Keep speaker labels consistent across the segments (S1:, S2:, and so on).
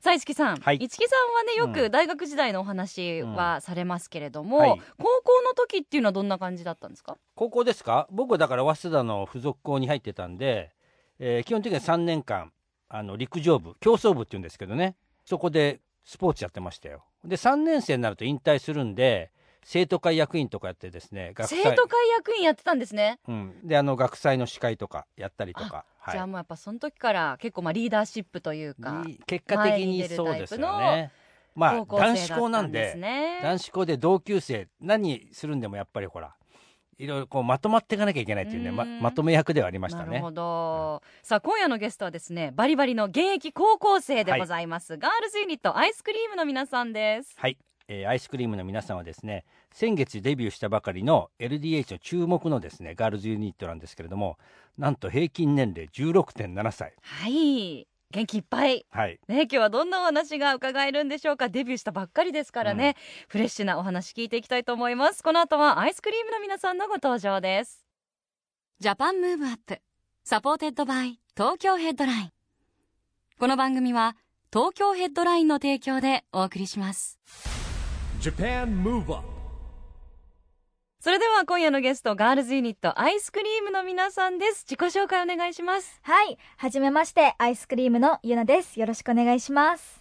S1: さあ、市木さん、
S2: はい
S1: 市木さんはね、よ
S2: う
S1: く大学時代のお話はされますけれども、
S2: うんはい
S1: 高校の時っていうのはどんな感じだったんですか。
S2: 高校ですか僕はだから早稲田の付属校に入ってたんで、えー基本的には3年間あの陸上部競走部っていうんですけどねそこでスポーツやってましたよで3年生になると引退するんで生徒会役員とかやってですね学
S1: 生徒会役員やってたんですね。
S2: うん、であの学祭の司会とかやったりとか、はい
S1: じゃあもうやっぱその時から結構まあリーダーシップというか、
S2: いい結果的にそうですよね。まあ
S1: 高校生だ
S2: 男
S1: っ
S2: 子
S1: た
S2: 校なん
S1: んで
S2: です
S1: ね。
S2: 男子校で同級生何するんでもやっぱりほらいろいろこうまとまっていかなきゃいけないっていうね
S1: うん
S2: ままとめ役ではありました
S1: なる
S2: ね
S1: ほ。ど、さあ今夜のゲストはですねバリバリの現役高校生でございます、ガールズユニットアイスクリームの皆さんです
S2: はい、えーアイスクリームの皆さんはですね先月デビューしたばかりの LDH の注目のですねガールズユニットなんですけれどもなんと平均年齢16.7歳
S1: はい元気いっぱい
S2: はい
S1: ね今日はどんなお話が伺えるんでしょうかデビューしたばっかりですからね、
S2: うん
S1: フレッシュなお話聞いていきたいと思いますこの後はアイスクリームの皆さんのご登場です
S3: ジャパンムーブアップサポーテッドバイ東京ヘッドラインこの番組は東京ヘッドラインの提供でお送りします
S4: JAPAN MOVE UP
S1: それでは今夜のゲストガールズユニットアイスクリームの皆さんです自己紹介お願いします
S5: はい。はじめまして、アイスクリームのゆなです。よろしくお願いします。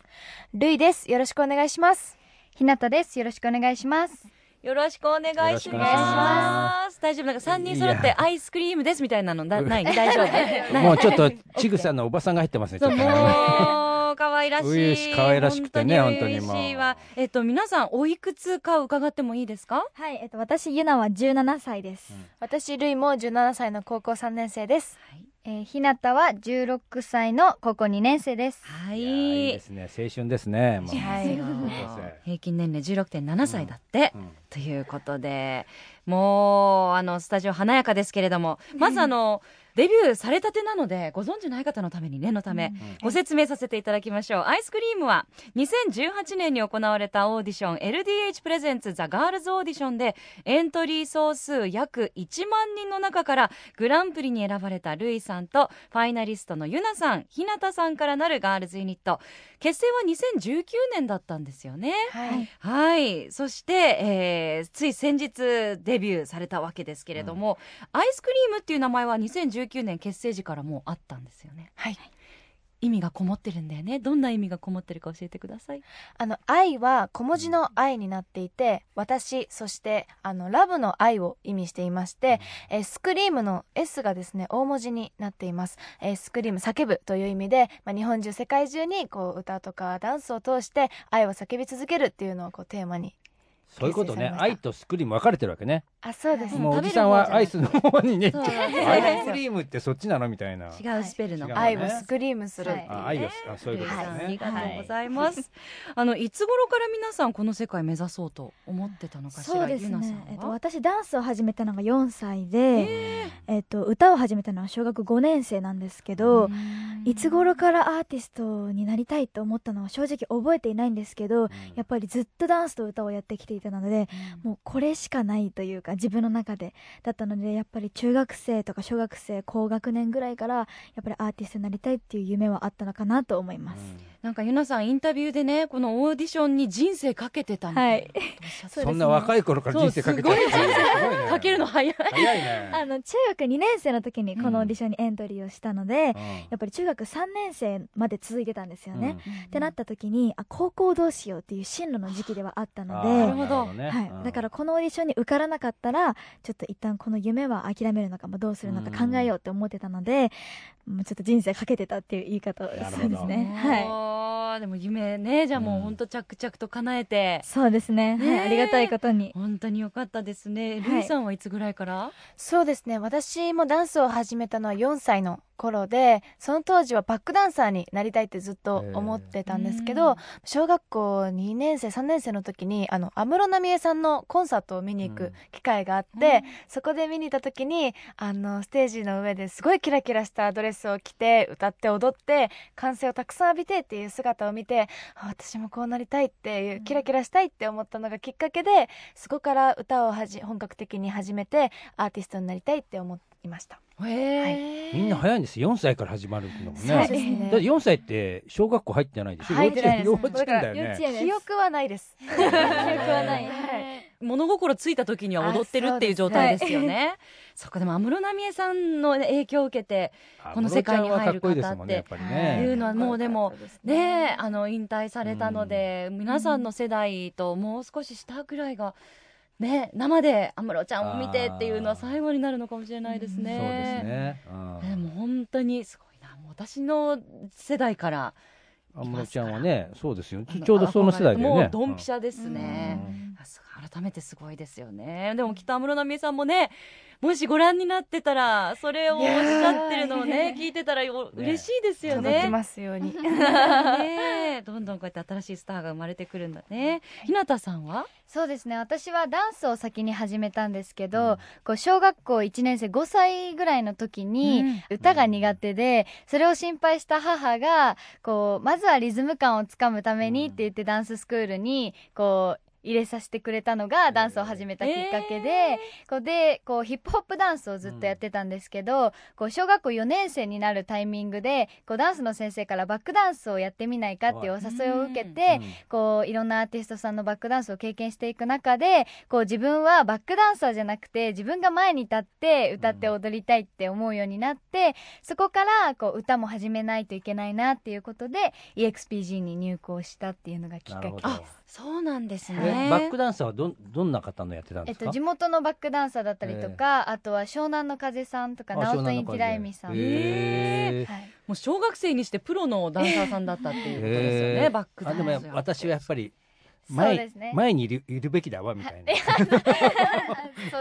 S5: るいです。よろしくお願いします。ひなたです。よろしくお願いします。
S1: よろしくお願い
S2: よろし
S1: します
S2: くお願いしま
S1: 大丈夫なんか三人
S2: い
S1: 揃
S2: や
S1: ってアイスクリームですみたいなのな ない大丈夫ない
S2: もうち ょっとちぐさのおばさんが入ってますねちょっとね
S1: もう可愛ら
S2: 初
S1: しい
S2: 々しい可愛らしくてね
S1: に
S2: 本当にもう
S1: 初々しいわえっと皆さんおいくつか伺ってもいいですか
S5: はい。えっと、私、ゆなは17歳です。
S6: 私ルイも17歳の高校3年生です
S5: えーひなたは16歳の高校2年生です。
S1: はい
S2: やーいいですね青春ですねもう
S6: はい
S1: 平均年齢16.7歳だって、
S2: うん
S1: ということでもうあのスタジオ華やかですけれどもまずあのデビューされたてなのでご存知ない方のために念のため、ご説明させていただきましょうアイスクリームは2018年に行われたオーディション LDH プレゼンツザガールズオーディションでエントリー総数約1万人の中からグランプリに選ばれたルイさんとファイナリストのユナさんひなたさんからなるガールズユニット結成は2019年だったんですよね
S6: はい
S1: はいそして、えーつい先日デビューされたわけですけれども、アイスクリームっていう名前は2019年結成時からもうあったんですよね
S6: はい
S1: 意味がこもってるんだよねどんな意味がこもってるか教えてください
S6: あの愛は小文字の愛になっていて私そしてあのラブの愛を意味していまして、えースクリームの S がですね大文字になっています、えースクリーム叫ぶという意味で、まあ、日本中世界中にこう歌とかダンスを通して愛を叫び続けるっていうのをこうテーマに
S2: そういうことね
S6: 形成されました
S2: 愛とスクリーム分かれてるわけね
S6: あそうですね
S2: もうおじさんはアイスの方にね
S1: そうなんです
S6: よ
S2: アイスクリームってそっちなのみたいな
S1: 違うスペルの、
S2: 違う
S6: 愛をスクリームする、
S5: はい
S2: あ愛をあそういうことです
S1: はいあり
S2: ね
S1: がとうございます、あのいつ頃から皆さんこの世界目指そうと思ってたのかしら
S5: そうです
S1: ゆなさん
S5: ね
S1: は。
S5: えっと、私、ダンスを始めたのが4歳
S1: え
S5: で、えっと、歌を始めたのは小学5年生なんですけど、いつ頃からアーティストになりたいと思ったのは正直覚えていないんですけど、やっぱりずっとダンスと歌をやってきていたので、もうこれしかないというか自分の中でだったのでやっぱり中学生とか小学生高学年ぐらいからやっぱりアーティストになりたいっていう夢はあったのかなと思います、
S1: なんかゆなさんインタビューでねこのオーディションに人生かけてたみたいなことをおっしゃって
S2: そんな若い頃から人生かけてる
S1: そうすごい人生
S2: すごいね
S1: かけるの早い
S2: 早いね
S5: あの中学2年生の時にこのオーディションにエントリーをしたの
S2: う
S5: で、
S2: ん
S5: やっぱり中学3年生まで続いてたんですよね、
S2: うん
S5: ってなった時にあ高校どうしようっていう進路の時期ではあったの
S2: あ
S5: で
S2: ー
S1: なるほど
S2: ね
S5: はい
S2: うん
S5: だからこのオーディションに受からなかったらちょっと一旦この夢は諦めるのかもどうするのか考えようって思ってたので、もうちょっと人生かけてたっていう言い方を
S2: なるほど
S5: そうですねはい
S1: はいでも夢ねじゃあもう本当着々と叶えて、
S5: そうですね
S1: ねえ
S5: はい、ありがたいこと に
S1: 本当に良かったですね、
S5: はい
S1: ルイさんはいつぐらいから
S6: そうですね私もダンスを始めたのは4歳の頃でその当時はバックダンサーになりたいってずっと思ってたんですけど、小学校2年生3年生の時にあの安室奈美恵さんのコンサートを見に行く機会があって、そこで見に行った時にあのステージの上ですごいキラキラしたドレスを着て歌って踊って歓声をたくさん浴びてっていう姿を見てあ私もこうなりたいっていうキラキラしたいって思ったのがきっかけでそこから歌をはじ本格的に始めてアーティストになりたいって思いました。
S1: へえ
S2: みんな早いんですよ4歳から始まるのもね
S5: そうですね
S2: だって4歳って小学校入ってないでしょ
S6: 入
S2: 幼
S6: って
S2: 稚
S6: ない
S2: 園
S6: です
S2: 幼稚園だよね
S5: 幼稚園です
S6: 記憶はないです。記憶はない。
S1: 物心ついた時には踊ってるっていう状態ですよね、そこでも安室奈美恵さんの影響を受けてこの世界に入る方っ
S2: 安室
S1: て
S2: ちゃんはかっこいいですもんねやっぱり
S6: はい
S1: いう
S2: ね
S1: のはもうでもねえあの引退されたので、皆さんの世代ともう少し下くらいが、ね、生で安室ちゃんを見てっていうのは最後になるのかもしれないです
S2: そうです
S1: ね。
S2: ね
S1: ねもう本当にすごいなもう私の世代から
S2: うん安室ちゃんはねそうですよちょうどその世代だよ
S1: も
S2: ね
S1: うドンピシャですね。あすごい改めてすごいですよねでもきっと安室奈美恵さんもねもしご覧になってたらそれをおっしゃってるのをね聞いてたらよ
S2: ね
S1: 嬉しいですよ
S6: 届き
S1: ね。
S6: ますように。
S1: ね えどんどんこうやって新しいスターが生まれてくるんだね。ひなたさんは
S7: そうですね私はダンスを先に始めたんですけど、
S2: うん
S7: こう小学校1年生5歳ぐらいの時に、
S1: うん
S7: 歌が苦手でそれを心配した母がこうまずはリズム感をつかむためにって言ってダンススクールにこう入れさせてくれたのがダンスを始めたきっかけで、こうでこうヒップホップダンスをずっとやってたんですけど、こう小学校4年生になるタイミングでこうダンスの先生からバックダンスをやってみないかっていうお誘いを受けて、
S2: うん
S7: こういろんなアーティストさんのバックダンスを経験していく中でこう自分はバックダンサーじゃなくて自分が前に立って歌って踊りたいって思うようになって、そこからこう歌も始めないといけないなっていうことで EXPG に入校したっていうのがきっか
S2: な
S7: け
S2: るほど
S1: そうなんです
S2: えバックダンサーはどんどんな方のやってたん
S7: え
S2: で
S7: っ
S2: すか
S7: と、地元のバックダンサーだったりとか、あとは湘南の風さんとか
S2: あ湘
S7: 直人
S2: 南の
S7: インテ
S2: 風
S7: ィライミさん、
S2: へー
S7: はい、
S1: もう小学生にしてプロのダンサーさんだったっていうことですよね、
S2: へー
S1: バックダ
S2: あ
S1: ンス
S2: でもやっぱ私はやっぱり前
S7: そうですね
S2: 前にいるいるべきだわみたいな。
S7: そ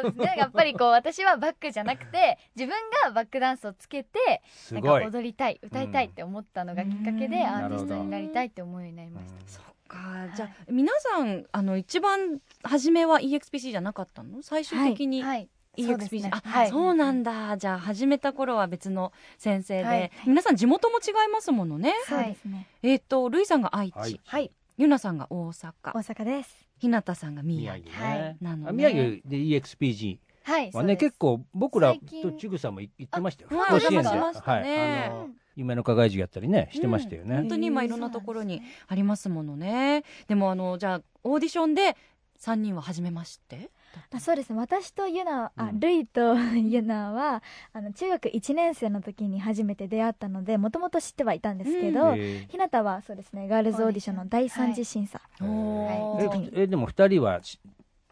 S7: うですねやっぱりこう私はバックじゃなくて自分がバックダンスをつけて
S2: す
S7: なん
S2: ご
S7: か
S2: い。
S7: 踊りたい歌いたいって思ったのがきっかけ
S1: うん
S7: でアーティ
S2: なる
S7: スト
S2: ほど
S7: になりたいって思うようになりました。
S1: そっかじゃあ、皆さんあの一番初めは EXPC じゃなかったの最終的に
S7: はい、
S6: い
S1: EXPC、
S6: そうですね
S1: あ、
S6: はい
S1: そうなんだじゃあ始めた頃は別の先生で、
S6: はい
S1: 皆さん地元も違いますものね
S7: そうです
S5: ね
S1: えっ、とルイさんが愛知、
S2: はい
S6: はい。
S1: ゆなさんが大
S5: 大
S1: 阪
S5: 阪です
S1: ひなたさんが宮
S2: 宮
S1: 城
S2: 城ね。
S1: なのね
S2: あ宮城で EXPG
S7: はい、
S2: はね
S7: そうです
S2: 結構僕ら
S7: 最近
S2: とちぐさも行ってましたよ。
S1: あ
S2: 甲子園で
S1: はいお邪魔しましたね
S2: はいあの夢の課外授やったりねしてましたよ
S1: 本
S2: ね。
S1: 当に今いろんなところにありますものねでもあのじゃあオーディションで3人は初めまして
S5: あそうですね私とユナ
S2: う
S5: あ
S2: ん
S5: ルイとユナはあの中学1年生の時に初めて出会ったのでもともと知ってはいたんですけど、
S2: へ
S5: ひなたはそうですねガールズオーディションの第三次審査、
S2: ー
S1: お
S2: え
S1: ー
S2: えでも二人はし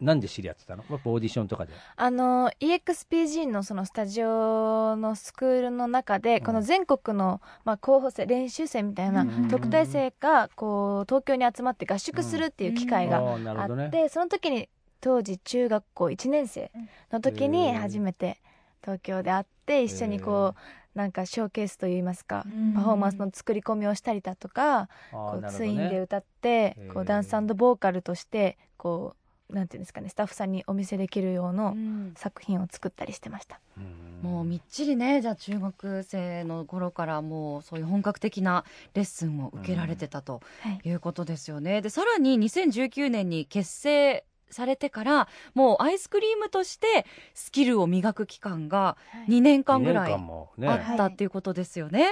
S2: なんで知り合ってたの？やっぱオーディションとかで。
S6: あの EXPG のそのスタジオのスクールの中で、この全国のまあ候補生練習生みたいな
S2: うん
S6: 特待生がこう東京に集まって合宿するっていう機会が
S2: ああなる
S6: あ
S2: ほど
S6: っ
S2: ね。
S6: てその時に当時中学校1年生の時
S2: へ
S6: に
S2: ー
S6: 初めて東京で会って一緒にこうなんかショーケースといいますか
S5: うん
S6: パフォーマンスの作り込みをしたりだとか
S2: あ
S6: こ
S2: ー
S6: う
S2: なるほ
S6: ツ
S2: ど
S6: インで
S2: ね。
S6: 歌って
S2: へー
S6: こうダンスボーカルとしてこうなんていうんですかねスタッフさんにお見せできるよう
S1: う
S6: なん作品を作ったりしてました。
S2: うん
S1: もうみっちりねじゃあ中学生の頃からもうそういう本格的なレッスンを受けられてたと
S6: うんはい
S1: いうことですよね。でさらに2019年に結成されてからもうアイスクリームとしてスキルを磨く期間が2年間ぐら
S2: 二年
S1: い
S2: 間も
S1: あ
S2: ね。
S1: ったっていうことですよね。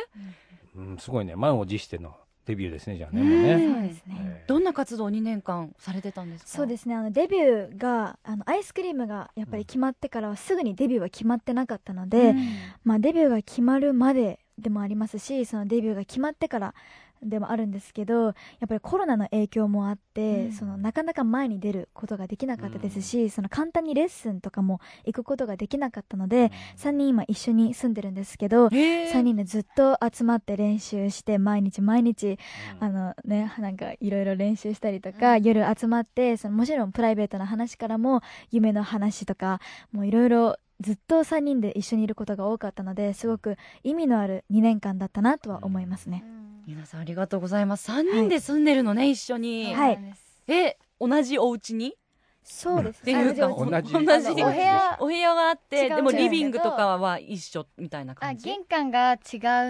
S2: うんすごいね満を持してのデビューですねじゃあね。
S1: ね
S2: もう
S1: え
S2: ね
S5: そうですね、
S2: えー
S1: どんな活動を2年間されてたんですか
S5: そうですねあのデビューがあのアイスクリームがやっぱり決まってからはすぐにデビューは決まってなかったので、まあ、デビューが決まるまででもありますしそのデビューが決まってからでもあるんですけどやっぱりコロナの影響もあって、
S1: うん
S5: そのなかなか前に出ることができなかったですし、その簡単にレッスンとかも行くことができなかったので、3人今一緒に住んでるんですけ
S1: へ
S5: ど、
S1: ー
S5: 3人でずっと集まって練習して毎日毎日あのねなんかいろいろ練習したりとか、夜集まってそのもちろんプライベートな話からも夢の話とかもういろいろずっと3人で一緒にいることが多かったのですごく意味のある2年間だったなとは思いますね。
S1: ゆなさんありがとうございます。三人で住んでるのね、一緒に。
S5: はい
S1: え、同じお家に
S5: そうです
S1: っていうか、
S2: 同じ
S1: 同
S2: 同
S1: じ
S2: じ
S1: お部
S7: お部屋
S1: 屋お部屋があって、
S7: 違う
S1: でも
S7: 違うんだけど
S1: リビングとかは一緒みたいな
S7: あ
S1: 感じ。
S7: 玄関が違う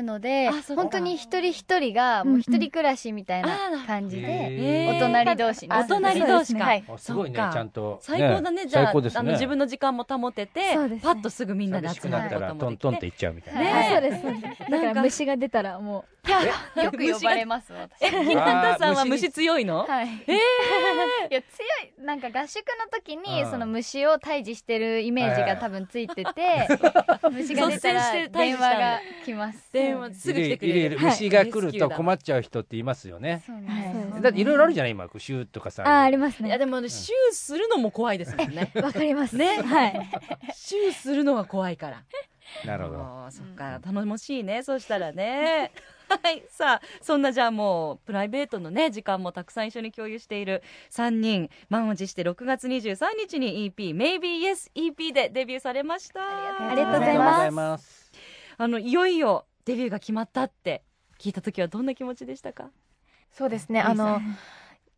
S7: ので
S1: あそうか
S7: 本当に一人一人がもう一人暮らしみたいな
S1: うんうん
S7: 感じで、
S1: へー
S7: お隣同士
S1: お
S7: の
S1: 隣同士か。
S6: はい
S2: あすごいねち
S1: そっか
S2: ゃんと
S1: 最高だね、じゃ
S2: 最
S1: あ、
S2: 高ですね
S1: あの自分の時間も保てて、
S5: そうですね
S1: パッとすぐみんなで
S2: 寂し
S1: 集
S2: く
S1: ま
S2: なっ
S1: る
S2: た
S1: こ
S2: ら
S1: と
S2: ト
S1: も
S2: ン
S1: で
S2: トン
S1: き。
S2: って言っちゃうみたいな
S7: ね
S5: あそうですそうですだから虫が出たらも
S7: よく呼ばれます私
S1: え、ひなたさんは虫強いの
S7: はい、 いや強いなんか合宿の時に
S2: うん
S7: その虫を退治してるイメージが多分ついてて、虫が出た
S1: 率先して
S7: ら
S1: 退治したんだ
S7: 電話が来ます
S1: 電話すぐ来てく
S2: いる
S1: れ
S2: いる
S1: る。
S2: いる虫が来ると困っちゃう人っていますよね
S7: そう
S5: う、
S7: なんです
S5: そうです
S2: だっていろいろあるじゃない今シューとかさ
S5: ああります
S1: いや
S5: ね
S1: でもあのシューするのも怖いですもんね
S5: わかりますねはい
S1: シューするのは怖いから
S2: なるほど
S1: あーそっか頼もしいねそうしたらね はいさあそんなじゃあもうプライベートのね時間もたくさん一緒に共有している3人満を持して6月23日に EP「MaybeYesEP」でデビューされました
S5: ありがとうござい
S2: ありがとう
S5: ま
S2: ござ
S5: す
S2: います
S1: あのいよいよデビューが決まったって聞いた時はどんな気持ちでしたか
S6: そうですね
S1: いいさ
S6: あの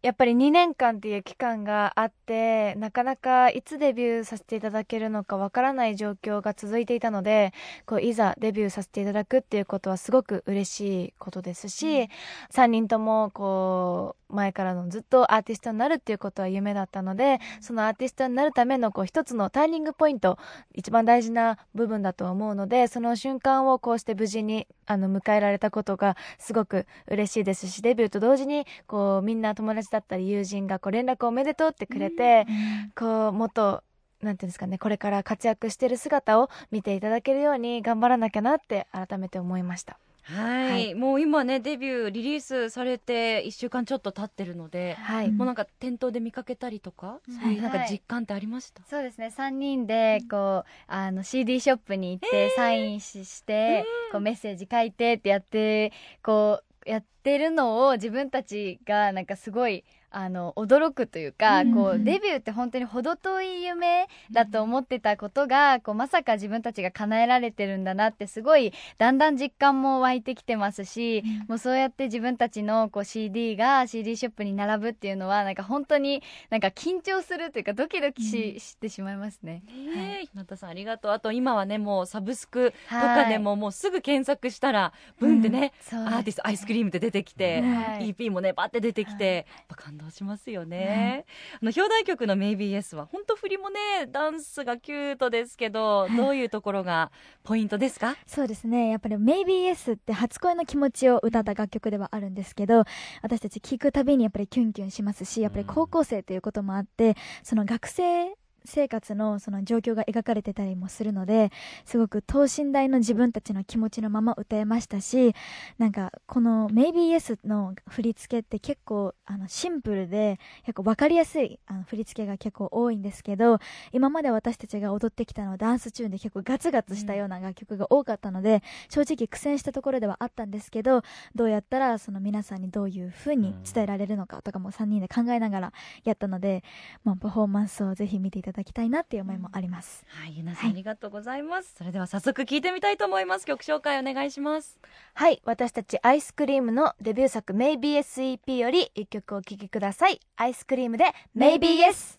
S6: やっぱり2年間っていう期間があってなかなかいつデビューさせていただけるのかわからない状況が続いていたのでこういざデビューさせていただくっていうことはすごく嬉しいことですし、3人ともこう前からのずっとアーティストになるっていうことは夢だったのでそのアーティストになるためのこう一つのターニングポイント一番大事な部分だと思うのでその瞬間をこうして無事にあの迎えられたことがすごく嬉しいですしデビューと同時にこうみんな友達だったり友人がこう連絡おめでとうってくれて、こうもっとなんていうんですかねこれから活躍してる姿を見ていただけるように頑張らなきゃなって改めて思いました。
S1: はい、
S6: はい
S1: もう今ねデビューリリースされて1週間ちょっと経ってるので、
S6: はい、
S1: もうなんか店頭で見かけたりとか、そういうなんか実感ってありました、
S7: そうですね3人でこうあの CD ショップに行ってサインししてこうメッセージ書いてってやってこうやってるのを自分たちがなんかすごいあの驚くというか、
S5: うん
S7: こうデビューって本当に程遠い夢だと思ってたことがこうまさか自分たちが叶えられてるんだなってすごいだんだん実感も湧いてきてますし、もうそうやって自分たちのこう CD が CD ショップに並ぶっていうのはなんか本当になんか緊張するというかドキドキし,、してしまいますね。
S1: ねえひなたさんありがとうあと今はねもうサブスクと
S7: と
S1: かでももうすぐ検索したらブンってね、
S7: そう
S1: アーティストアイスクリームって出てきて、
S7: はい
S1: EP もねバって出てきて、やっぱ感動しますよね、あの表題曲の「MaybeYes」は本当振りもねダンスがキュートですけど、どういうところがポイントですか
S5: そうですねやっぱり「MaybeYes」って初恋の気持ちを歌った楽曲ではあるんですけど私たち聴くたびにやっぱりキュンキュンしますしやっぱり高校生ということもあってその学生生活のその状況が描かれてたりもするのですごく等身大の自分たちの気持ちのまま歌えましたしなんかこの「MaybeYes」の振り付けって結構あのシンプルで結構分かりやすいあの振り付けが結構多いんですけど今まで私たちが踊ってきたのはダンスチューンで結構ガツガツしたような楽曲が多かったので、正直苦戦したところではあったんですけどどうやったらその皆さんにどういう風に伝えられるのかとかも3人で考えながらやったので、まあ、パフォーマンスをぜひ見ていただきたいなっていう思いもあります。
S1: はい、ゆなさんありがとうございます。それでは早速聞いてみたいと思います。曲紹介お願いします。
S6: はい、私たちアイスクリームのデビュー作 Maybe SEP より一曲お聴きください。アイスクリームで Maybe Yes!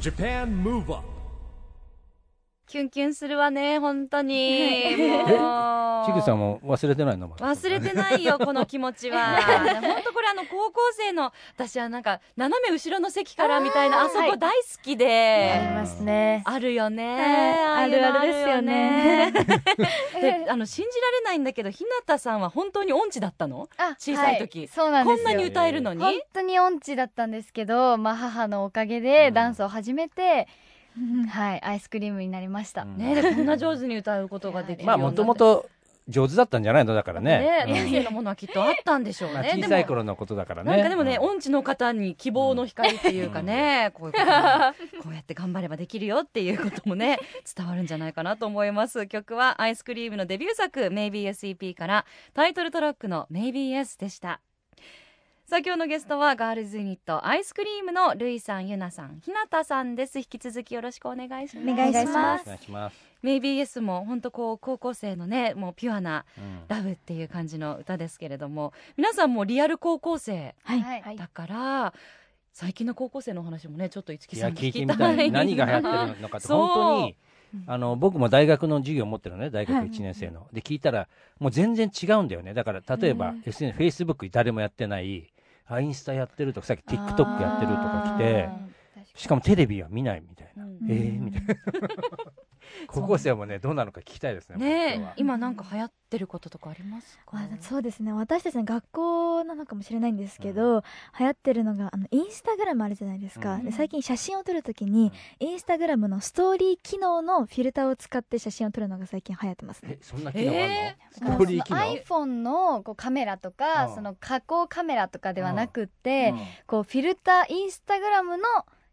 S4: Japan Move Up
S1: キュンキュンするわね、本当 に。も う
S2: ちぐさんも忘れてないのまだ
S1: 忘れてないよ、この気持ちは。 本当これあの、高校生の、私はなんか、斜め後ろの席からみたいな、あそこ大好きで。
S6: ありますね。
S1: あるよね、
S5: はい
S1: いうの
S5: あるあるですよね
S1: ある よねであの信じられないんだけどひなたさんは本当に音痴だったの
S7: あ
S1: 小さい時
S7: はそうなんで
S1: こん
S7: すよ
S1: なに歌えるのに
S7: 本当に音痴だったんですけど、まあ、母のおかげでダンスを始めて、はい、アイスクリームになりました、
S1: ねでこんな上手に歌うことができるよ
S2: まあ
S1: うになっ
S2: も
S1: て
S2: ともと上手だったんじゃないのだからね
S1: ね天性のものはきっとあったんでしょう
S2: う
S1: ね
S2: ん。まあ小さい
S1: でも
S2: 頃のことだからね
S1: なんかでもね、
S2: うん
S1: 音痴の方に希望の光っていうかね、こういうこ とがこうやって頑張ればできるよっていうこともね、伝わるんじゃないかなと思います。曲はアイスクリームのデビュー作、Maybe SEP からタイトルトラックの Maybe Yes でした。さあ今日のゲストはガールズユニットアイスクリームのルイさんゆなさんひなたさんです引き続きよろしくお願いします
S5: お願いしま
S2: お願いします。
S1: メイビーエスも本当こう高校生のねもうピュアな
S2: うん
S1: ラブっていう感じの歌ですけれども皆さんもリアル高校生
S5: はい、
S7: はい
S1: だから、最近の高校生のお話もねちょっと一木
S2: い
S1: さ
S2: や
S1: んに
S2: 聞
S1: 聞
S2: いて
S1: き
S2: み
S1: た
S2: た
S1: い
S2: い何が流行ってるのかって
S1: そう
S2: 本当にあの僕も大学の授業を持ってるのね大
S5: は
S2: 学
S5: い
S2: 1年生の、で聞いたらもう全然違うんだよねだから例えば
S5: うん
S2: SNS フェイスブック誰もやってないあインスタやってるとかさっき TikTok やってるとか来て
S6: あ
S2: しかもテレビは見ないみたいな、
S1: うん
S2: えーみたい な高校生もねどうなのか聞きたいですね
S1: ね
S2: 本
S1: え今なんか流行ってることとかありますか、
S5: まあそうですね私たちの学校なのかもしれないんですけど、流行ってるのがあのインスタグラムあるじゃないですか、
S2: うん
S5: で最近写真を撮るときに、インスタグラムのストーリー機能のフィルターを使って写真を撮るのが最近流行ってます
S2: 当
S5: ね
S2: はえそんな機能あるの、
S1: え
S2: ストーリー機
S7: その
S2: 能
S7: iPhone のこうカメラとか、
S2: うん
S7: その加工カメラとかではなく
S2: う
S7: て、
S2: ん
S7: こうフィルターインスタグラムの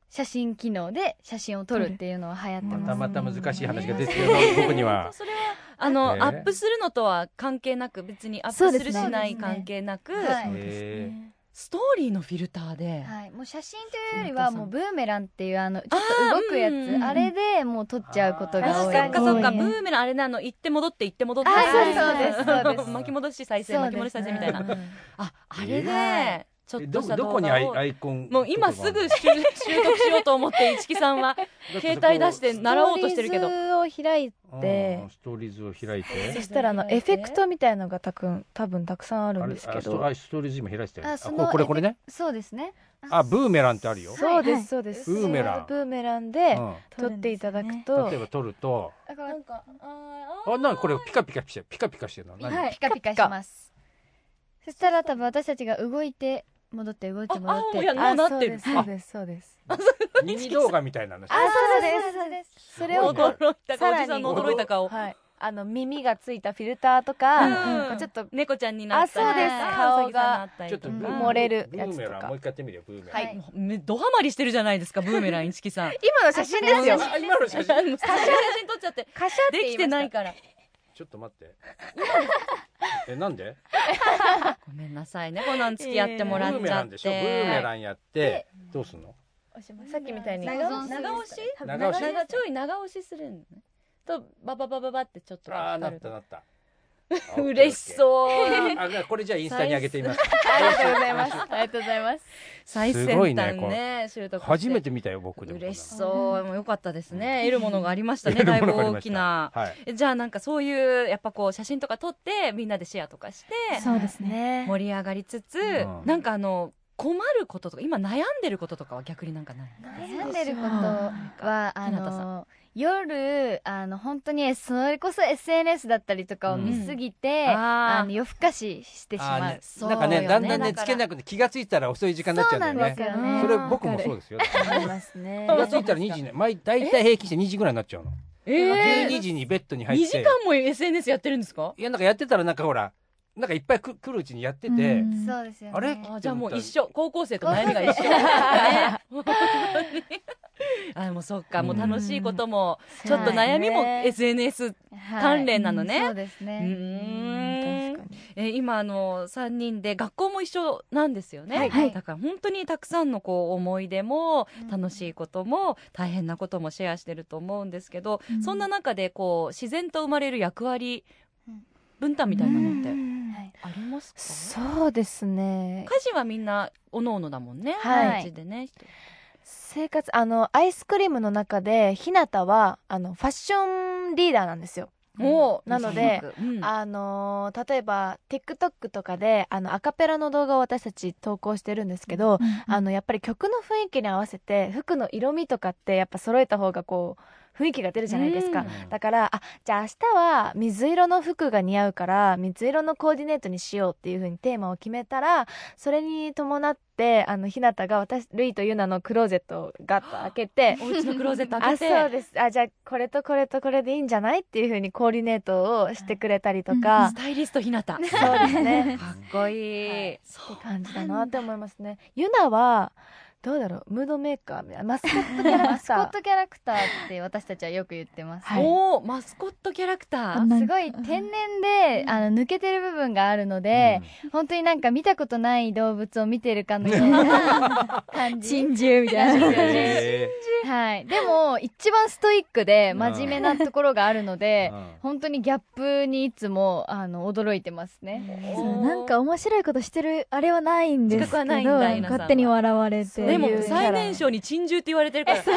S7: 写真機能で写真を撮るっていうのは流行ってます、
S2: またまた難しい話が出てくるの僕には
S1: 本当それはあの、
S2: ええ
S1: アップするのとは関係なく別にアッ
S5: そう
S1: プ
S5: ですす
S1: る
S5: ね
S1: しない関係なく、
S7: はい
S5: そう
S2: え
S5: ですね
S1: ストーリーのフィルターで、
S7: はい、もう写真というよりはもうブーメランっていうあのちょっ
S1: あー
S7: と動くや
S1: うんうん
S7: つあれでもう撮っちゃうことが
S1: あ
S7: 多い
S1: そっかそっか
S5: 多い
S1: ブ
S5: ね
S1: ーメランあれねあの行って戻って行って戻って
S7: あ
S6: そうですそうですそう
S7: です
S1: 巻き戻し再生
S7: そう
S1: 巻
S7: で
S1: き
S7: す
S1: 戻し再生みたいな、
S6: うん
S1: ああれで、
S7: は
S1: ちょっ
S2: え
S1: と
S2: ど
S1: した
S2: ど
S1: 動
S2: こに
S1: 画
S2: アイ
S1: を
S2: アイコン
S1: もう今すぐ
S2: だ
S1: 習習得しようと思って市木さ んは
S2: って
S1: 携帯出して
S2: そ
S1: 習おうとしてるけど
S6: ストーリーズを開い
S2: こ
S6: て
S2: うんストーリーズを開い
S6: そ
S2: て
S6: したらあのエフェクトみたいのがたくん多分たくさんあるんで
S2: あ
S6: すけ
S2: れあスト
S6: ど
S2: あストーリーズ今開いてたよ
S7: あ
S2: あ
S7: そ
S2: こ
S7: の
S2: れこれこれね
S7: そうですね
S2: あブーメランってあるよ、
S6: そうで
S5: はい
S6: すそうです
S2: ブーメラン
S6: ブーメランで
S2: うん
S6: 撮っていただくと
S2: 例えば撮ると
S7: だから
S2: あなんかこれピカピカしてるピカピカしてるの何、
S7: はい、ピカピカしますそしたら多分私たちが動いて戻って動いて戻
S1: あ
S7: っ
S1: あ
S7: て
S1: もうや
S6: あ
S1: もうな
S6: そ
S1: っ
S6: う
S1: て
S6: で
S1: る
S6: すそうですそうです
S2: ミニ動画みたいなの
S6: あそうです
S7: そうです
S6: それ
S2: すご
S6: を
S2: いね
S6: こ
S1: 驚いた
S6: さ
S1: 顔お
S6: らに
S1: じさんの驚いた顔、
S6: うはいあの耳がついたフィルターとか
S1: う
S6: こ
S1: ん
S6: うちょっと
S1: 猫ちゃんになったり
S7: あそうです
S1: はい
S6: 顔が
S1: うさぎ
S2: ちょ
S1: さん
S2: っとブー
S1: になったり
S6: うん漏れる
S2: ブ
S6: やつとか
S2: ーメランもう一回やってみるよブーメラン、
S7: はい
S1: もうめドハマりしてるじゃないですかブーメラン市木さん
S6: 今の写真ですよ
S2: あ今の写
S1: 写
S2: 真
S1: 真撮っちゃって
S6: カシャって
S1: で
S6: 言
S1: き
S6: いま
S1: て
S6: した
S1: ないから
S2: ちょっと待ってえなんで
S1: ごめんなさいねこんなん付き合ってもらっ
S2: ブーメ
S1: ちゃ
S2: ラ
S1: っ
S2: ン
S1: て
S2: でしょブーメランやってどうすんの
S6: さっきみたいに
S7: 長押し
S1: 長押し
S2: 長押し
S1: 長ちょい長押しするのねとバババババってちょっと
S2: ああ
S1: か
S2: な
S1: か
S2: っ
S1: る
S2: たなった
S1: 嬉し
S2: う
S1: そう
S2: あじゃあこれじゃあインスタに上げてみます
S6: ありがとうございます
S7: ありがとうございます
S1: 最先
S2: すご
S1: 端
S2: いねこ
S1: ね習得し て
S2: 初めて見たよ僕でも
S1: 嬉しそうもう良かったですね得るものがあり ましたね
S2: 出る
S1: だいぶ
S2: ものがあり
S1: 大
S2: ました
S1: きな
S2: はい
S1: えじゃあなんかそういうやっぱこう写真とか撮ってみんなでシェアとかして
S5: そうですね
S6: ね
S1: 盛り上がりつつ、
S2: うん
S1: なんかあの困ることとか今悩んでることとかは逆になんかない
S7: 悩んでることはあ
S1: ひなたさ
S7: の夜あの本当にそれこそ SNS だったりとかを見すぎて、
S1: うんあー
S7: あの夜更かししてしまう
S1: そう
S2: なんかね
S1: よ
S2: だんだんね
S1: だか
S2: つ
S1: ら
S2: けなくて気がついたら遅い時間になっちゃうんだよね
S7: そうなんですよ
S2: そ
S7: ね
S2: れ僕もそうです よ
S6: ありますね
S2: 気がついたら2時ね毎大体平均して2時ぐらいになっちゃうの
S1: え
S2: 12時にベッドに
S1: ー、
S2: 入
S1: 2
S2: っ
S1: 時
S2: て
S1: 間も SNS やってるんですか
S2: いやなんかやってたらなんかほらなんかいっぱいく来るうちにやって
S5: う
S2: て
S5: ん
S7: そうですよね
S2: あれ
S1: あじゃあもう一緒高校生と悩みが 一緒 ね本当にあもうそっかもう楽しいこともちょっと悩みも
S6: はい
S1: SNS
S7: はい
S1: 鍛錬なのね
S7: そうです
S1: う
S7: ね
S1: ーん
S6: 確かに
S1: えー今あの3人で学校も一緒なんですよね、
S5: はい
S1: だから本当にたくさんのこう思い出も
S7: うん
S1: 楽しいことも大変なこともシェアしてると思うんですけど、
S5: うん
S1: そんな中でこう自然と生まれる役割
S7: うん
S1: 分担みたいなのっ
S5: う
S1: て
S5: ん
S7: はい
S1: ありますか、
S6: そうですね
S1: 家事はみんなおのおのだもんね、
S6: はい
S1: 家事でね
S6: 生活あのアイスクリームの中でひなたはあのファッションリーダーなんですよ
S1: もう
S6: なので、
S1: うん
S6: あのー例えば TikTok とかであのアカペラの動画を私たち投稿してるんですけど、あのやっぱり曲の雰囲気に合わせて服の色味とかってやっぱ揃えた方がこう雰囲気が出るじゃないですか、
S2: うん
S6: だからあじゃあ明日は水色の服が似合うから水色のコーディネートにしようっていう風にテーマを決めたらそれに伴ってあのひなたが私ルイとユナのクローゼットをガッと開けて
S1: お家のクローゼット開
S6: あ
S1: けて
S6: そうですあじゃあこれとこれとこれでいいんじゃないっていう風にコーディネートをしてくれたりとか、
S1: スタイリストひなた
S6: そうですね
S1: かっこいい、
S6: はい
S1: そう
S6: って感じだなって思いますねユナはどうだろうムードメーカーみたいなマスコットキャラク
S7: スコッ
S6: ター
S7: トキャラクターって私たちはよく言ってます、
S6: はい
S1: おおマスコットキャラクター
S5: なん
S7: す
S5: か
S7: ごい天然で、あの抜けてる部分があるので、本当になんか見たことない動物を見てるかのような 感じ
S5: 珍獣みたいな。
S2: へ
S7: はい、でも一番ストイックで
S2: うん
S7: 真面目なところがあるの
S2: ー
S7: で
S2: うん
S7: 本当にギャップにいつもあの驚いてますね。
S5: そうなんか面白いことしてるあれはないんです
S1: 自覚
S5: け
S1: は
S5: ど
S1: ないんだ皆さんは
S5: 勝手に笑われて
S6: そう
S1: でも
S6: いうキャラ
S1: 最年少に珍獣って言われてるから
S5: 構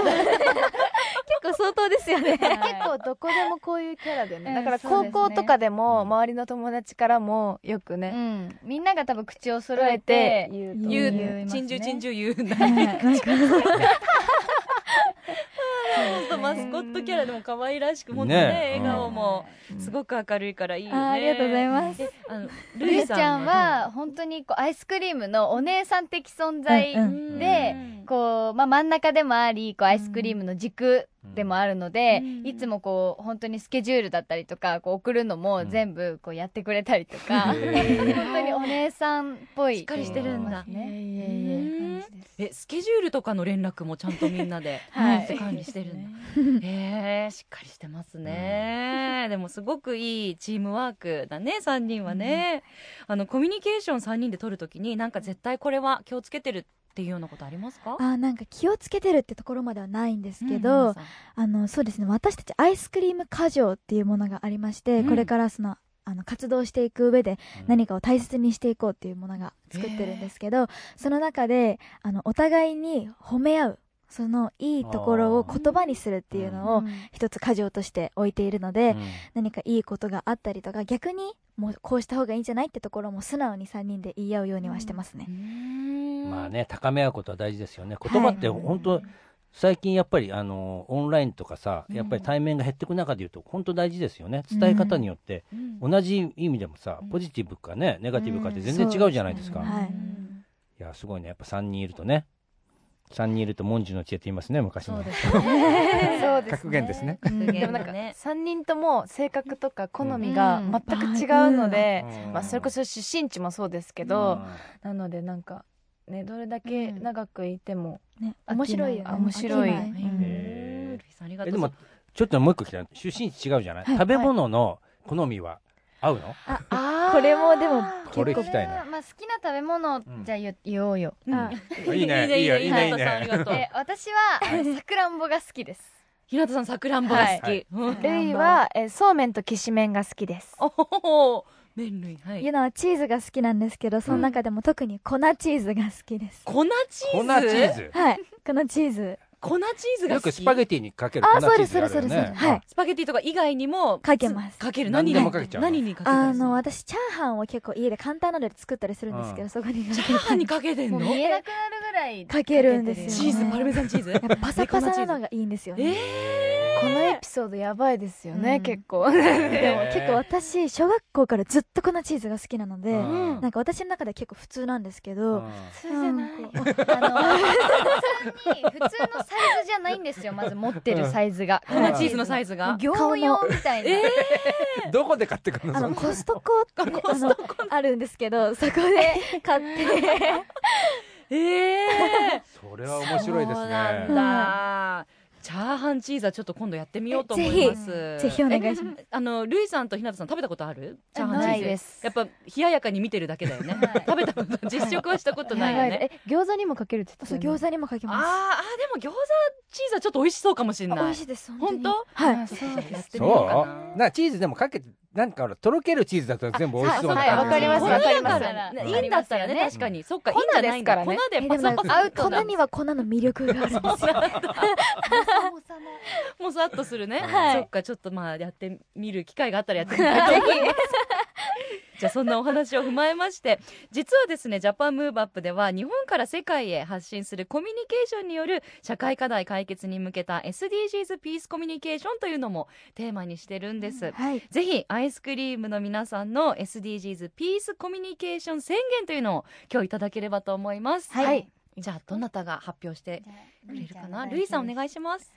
S5: 相当ですよね
S6: 結構どこでもこういうキャラで
S7: う
S6: ね
S7: ん
S6: だから
S7: そう
S6: 高
S7: ですね
S6: 校とかでも周りの友達からもよく
S7: う
S6: ね
S7: ん、みんなが多分口を揃
S6: 揃
S7: え
S6: え
S7: て
S6: て言う
S5: う
S6: と
S5: ん
S1: 言う
S7: 言いますね
S1: 珍獣珍獣言うんだ
S5: なん か
S1: 本当マスコットキャラでも可愛らしく本当
S2: ね
S1: ね
S2: え
S1: 笑顔もすごく明るいからいいよね
S5: あありがとうござい
S1: ま
S5: ます
S1: すあの
S7: ルイちゃん
S1: は
S7: は本当にこうアイスクリームのお姉さん的存在
S5: うん
S7: でこう、まあ、真ん中でもありこうアイスクリームの軸でもあるので、
S1: うん
S7: いつもこう本当にスケジュールだったりとかこう送るのも全部こうやってくれたりとか、
S2: へ
S7: 本当にお姉さんっぽい
S1: しっかりしてるんだ
S7: ところもありますね
S6: いやいやいや
S1: うん
S7: 感じです
S1: えスケジュールとかの連絡もちゃんとみんなで
S7: はい
S1: ちゃんと管理してるんだへえしっかりしてますね、でもすごくいいチームワークだね3人はね、あのコミュニケーション3人で取るときになんか絶対これは気をつけてるっていうようなことありますか
S5: あーなんか気をつけてるってところまではないんですけ
S1: うん
S5: ど、
S1: 皆さん
S5: あのそうですね私たちアイスクリーム過剰っていうものがありまして、
S1: うん
S5: これからそのあの活動していく上で何かを大切にしていこうっていうものが作ってるんですけど、その中であのお互いに褒め合うそのいいところを言葉にするっていうのを一つ過剰として置いているので、何かいいことがあったりとか逆にもうこうした方がいいんじゃないってところも素直に3人で言い合うようにはしてますね
S1: う。ん
S2: まあね高め合うことは大事ですよね言葉って
S1: はい
S2: 本当、最近やっぱりあのオンラインとかさやっぱり対面が減っていく中で言うと本当大事ですよね伝え方によって、
S1: うん
S2: 同じ意味でもさ
S1: うん
S2: ポジティブかねネガティブかって全
S5: う
S2: 然
S5: ん
S2: 違うじゃないですか、
S1: そう
S5: はい
S1: うん
S2: いやすごいねやっぱ3人いるとね3人いると文殊の知恵って言いますね昔
S1: そ
S2: の
S1: うですね
S6: そうですね
S2: 格言ですね
S1: 格
S6: で
S1: 言だ
S6: もなんか
S1: ね
S6: 3人とも性格とか好みが全く違うので、まあ、それこそ出身地もそうですけど、なのでなんかねどれだけ長くいても、
S5: ね、面白いよね
S6: あ面白い
S5: 飽きない
S6: うん
S1: うんルイさんありがと
S2: え
S1: う
S2: でもちょっともう一個聞きたい出身地違うじゃない、
S5: はい
S2: 食べ物の好みは合うの、
S6: あ
S5: これもでも
S2: これ
S5: 結
S2: 聞
S5: 構
S2: きたい
S7: まあ
S2: な、
S7: 好きな食べ物じゃあ言,、言おうよ、
S5: あ
S2: あいいねいいよいいねいいね
S1: 平田さんありがとう
S7: え私はあのさくらんぼが好きです
S1: 平田さんさくらんぼが好
S2: は
S1: き
S2: い
S1: うん
S6: ルイは、えそうめんときしめんが好きです
S1: おほほほ麺類は
S5: ゆ
S1: い
S5: なはチーズが好きなんですけどその中でも特に粉チーズが好 きです、
S1: 粉チ
S2: 粉チ
S1: ーズ
S2: ーズ
S5: はい粉チーズ
S1: 粉チーズが
S2: よ
S1: 好
S2: く
S1: き
S2: スパゲティにかける
S5: あ
S2: 粉
S5: あ
S2: チ
S5: そう
S2: ー
S5: で
S2: ズ
S5: す
S2: が
S5: そ
S2: あ
S5: う
S2: る
S5: ですそう
S2: よ
S5: です、
S2: ね
S5: はい
S1: スパゲティとか以外にも
S5: かけます
S1: かける
S2: 何
S1: 何
S2: で
S1: に
S2: もかけちゃうの
S1: 何にかけた
S5: あ
S1: りする
S5: の私チャーハンを結構家で簡単なので作ったりするんですけど、
S2: うん
S5: そこにかけ
S1: チ
S5: て
S1: ャーハンにかけてん
S7: も
S1: の
S7: う見えなくなるぐらい
S5: かけるんですよ、ね、
S1: チーズパルメザンチーズ
S5: やっぱパサパサなのがいいんですよね
S2: え
S6: このエピソードやばいですよね、
S7: うん
S6: 結構
S5: でも結構私小学校からずっと粉チーズが好きなので、
S2: うん
S5: なんか私の中では結構普通なんですけど、
S7: 普通じゃ
S5: う
S7: ない。あ
S5: ん
S7: の普 通に普通のサイズじゃないんですよ。まず持ってるサイズが。
S1: 粉チーズのサイズが
S7: 業務用みたいな。
S2: どこで買ってくるの
S5: あ
S2: そ
S5: の
S2: の
S5: コストコってあのあるんですけどそこで買って
S1: ええ
S2: それは 面白いです
S1: そう
S2: ね
S1: なんだチャーハンチーズはちょっと今度やってみようと思います
S5: ぜひお願いします
S1: えあのルイさんとひなたさん食べたことあるチャーハンチーズ
S6: ないです
S1: やっぱ冷ややかに見てるだけだよね
S7: はい
S1: 食べたこと実食はしたことないよね
S6: え餃子にもかけるって言って
S5: そう
S6: たよね
S5: 餃子にもかけま
S1: あ
S5: す
S1: ーあーでも餃子チーズはちょっと美味しそうかもしれ
S5: あ
S1: ない
S5: 美味しいです
S1: 本
S5: 本当に
S1: 当
S5: はい
S6: あそうです
S1: やってみよう
S2: そ
S1: かな
S2: うなチーズでもかけてなんかほらとろけるチーズだと全部美味しそうな
S6: はいわ
S2: 感
S6: か
S2: じ
S6: ります
S1: 粉
S6: わか
S1: だ
S6: りま
S1: か
S6: す
S1: らね
S2: うん
S1: いいんだったらね
S7: うん
S1: 確かにそっかいい
S6: 粉
S1: んじゃないんだ
S6: ですからね
S1: 粉で
S5: えで
S1: パ
S5: もな
S1: サ
S5: ん
S1: パ
S5: か
S1: サアウトだ
S5: 粉には粉の魅力があるんですよ
S1: もさっとするね
S5: はい
S1: そっかちょっとまあやってみる機会があったらやってみたいと思います じゃあそんなお話を踏まえまして実はですねジャパンムーブアップでは日本から世界へ発信するコミュニケーションによる社会課題解決に向けた SDGs ピースコミュニケーションというのもテーマにしてるんです、
S5: はい
S1: ぜひアイスクリームの皆さんの SDGs ピースコミュニケーション宣言というのを今日いただければと思います。
S6: はい、
S1: じゃあどなたが発表してくれるかな。ルイさんお願いします。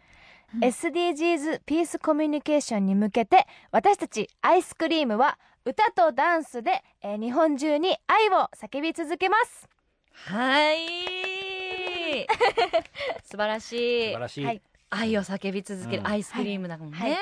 S6: SDGs ピースコミュニケーションに向けて私たちアイスクリームは歌とダンスで、えー日本中に愛を叫び続けます
S1: はい。い素晴らし
S2: 素
S1: い
S2: 晴らしい、
S7: はい
S1: 愛を叫び続け
S2: う
S1: る
S2: ん
S1: アイスクリームだもんね、
S7: はい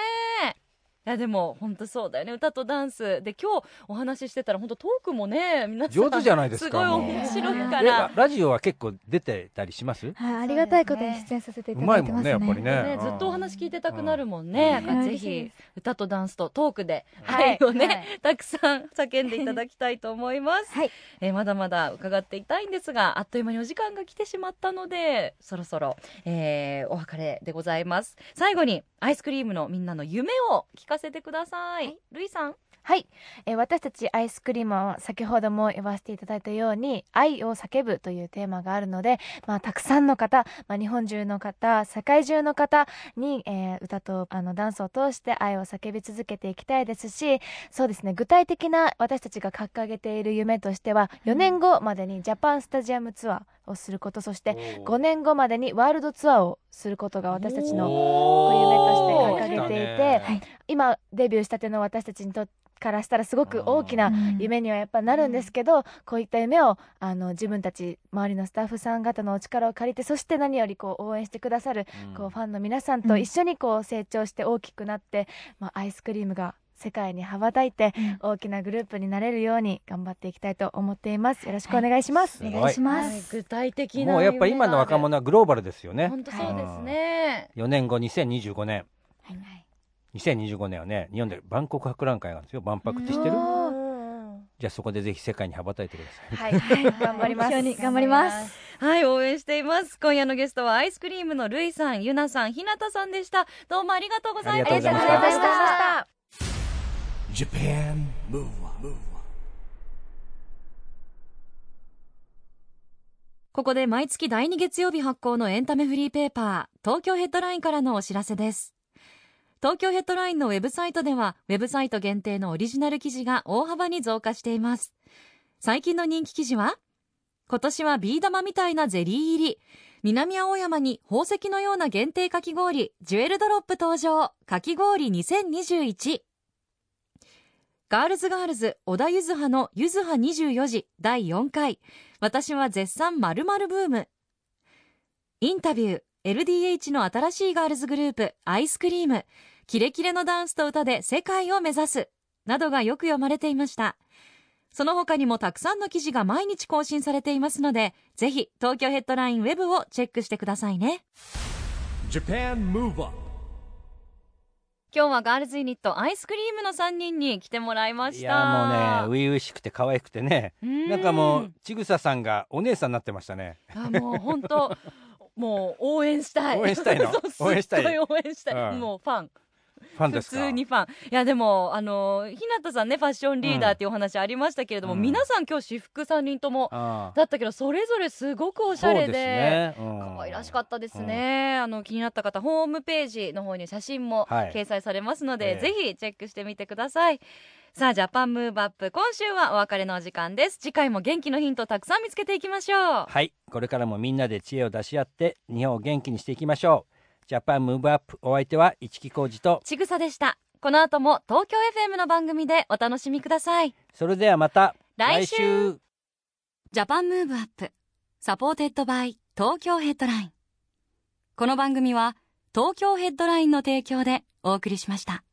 S7: い
S1: やでも本当そうだよね歌とダンスで今日お話ししてたら本当トークもね皆さん
S2: 上手じゃないですか
S1: すごい
S2: もう
S1: 面白いか
S2: え
S1: ら
S2: ラジオは結構出てたりします
S5: はい、ありがたいことに出演させていうただ
S2: まい
S5: いて
S2: も
S5: ま
S2: ん
S5: す
S2: ね
S5: ね。
S2: やっぱりね
S1: ね、
S2: うん
S1: ずっとお話聞いてたくなるもんね、
S5: うん
S1: ぜ
S5: うん
S1: ひ歌とダンスとトークで
S7: はい
S1: 愛をね、
S7: はい
S1: たくさん叫んでいただきたいと思います、
S5: はい
S1: えーまだまだ伺っていたいんですがあっという間にお時間が来てしまったのでそろそろ、えーお別れでございます最後にアイスクリームのみんなの夢を聞かせてください、ルイさん
S6: はい、えー私たちアイスクリームは先ほども言わせていただいたように「愛を叫ぶ」というテーマがあるので、まあ、たくさんの方、まあ、日本中の方世界中の方に、えー歌とあのダンスを通して愛を叫び続けていきたいですしそうですね具体的な私たちが掲げている夢としては4年後までにジャパンスタジアムツアーをすることそして5年後までにワールドツアーをすることが私たちの
S2: おー
S6: 夢として掲げていて
S2: 来たね
S6: 今デビューしたての私たちにとからしたらすごく大きな
S5: うん
S6: 夢にはやっぱなるんですけど、こういった夢をあの自分たち周りのスタッフさん方のお力を借りてそして何よりこう応援してくださる、
S2: うん
S6: こうファンの皆さんと一緒にこう成長して大きくなって、まあ、アイスクリームが世界に羽ばたいて
S5: うん
S6: 大きなグループになれるように頑張っていきたいと思っていますよろしくお願いします、
S2: すごい
S5: お願いしま
S1: はい
S5: す。
S1: 具体的な
S2: もうやっぱ今の若
S1: 夢が
S2: 者はグローバルですよ
S1: ある
S2: ね
S1: 本当そうですね、
S2: 4年後2025年
S5: はい
S2: 2025年はね日本で万国博覧会があるんですよ万博って知ってる
S5: うん
S2: じゃあそこでぜひ世界に羽ばたいてください
S6: はい、頑張ります
S5: 目標に頑張ります。
S1: はい、応援しています。今夜のゲストはアイスクリームのルイさん、ゆなさん、ひなたさんでした。どうもありがとうございました。
S2: ありがとうございました
S4: Japan Move Up, Move Up.
S3: ここで毎月第2月曜日発行のエンタメフリーペーパー、東京ヘッドラインからのお知らせです。東京ヘッドラインのウェブサイトでは、ウェブサイト限定のオリジナル記事が大幅に増加しています。最近の人気記事は、今年はビー玉みたいなゼリー入り、南青山に宝石のような限定かき氷、ジュエルドロップ登場、かき氷2021。ガールズガールズ小田ゆずはのゆずは24時第4回私は絶賛〇〇ブームインタビュー LDH の新しいガールズグループアイスクリームキレキレのダンスと歌で世界を目指すなどがよく読まれていましたその他にもたくさんの記事が毎日更新されていますのでぜひ東京ヘッドラインウェブをチェックしてくださいね
S4: Japan Move Up,
S1: 今日はガールズユニットアイスクリームの3人に来てもらいました。
S2: いやもうね初々しくて可愛くてね
S1: うん
S2: なんかもうちぐささんがお姉さんになってました ね
S1: あもう本当もう応援したい。
S2: 応援したいの
S1: そう
S2: 応援したい
S1: すっごい応援したい。
S2: うん
S1: もうファン。
S2: ファンで
S1: 普
S2: すか
S1: 通にファン。いやでもあのひなたさんねファッションリーダーっていうお話ありましたけれども、
S2: うん
S1: 皆さん今日私服3人とも
S2: ああ
S1: だったけどそれぞれすごくおしゃれで。
S2: うん
S1: 可愛らしかったですね、あの気になった方ホームページの方に写真も
S2: はい
S1: 掲載されますの
S2: え
S1: で、
S2: え
S1: ぜひチェックしてみてくださいさあジャパンムーブアップ今週はお別れのお時間です次回も元気のヒントをたくさん見つけていきましょう
S2: はいこれからもみんなで知恵を出し合って日本を元気にしていきましょうジャパンムーブアップお相手は市木浩二と
S1: ちぐさでしたこの後も東京 FM の番組でお楽しみください
S2: それではまた
S1: 来週
S3: ジャパンムーブアップサポーテッドバイ東京ヘッドラインこの番組は東京ヘッドラインの提供でお送りしました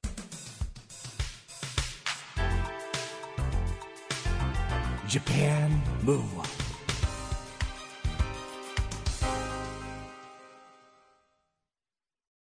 S4: Japan Move Up.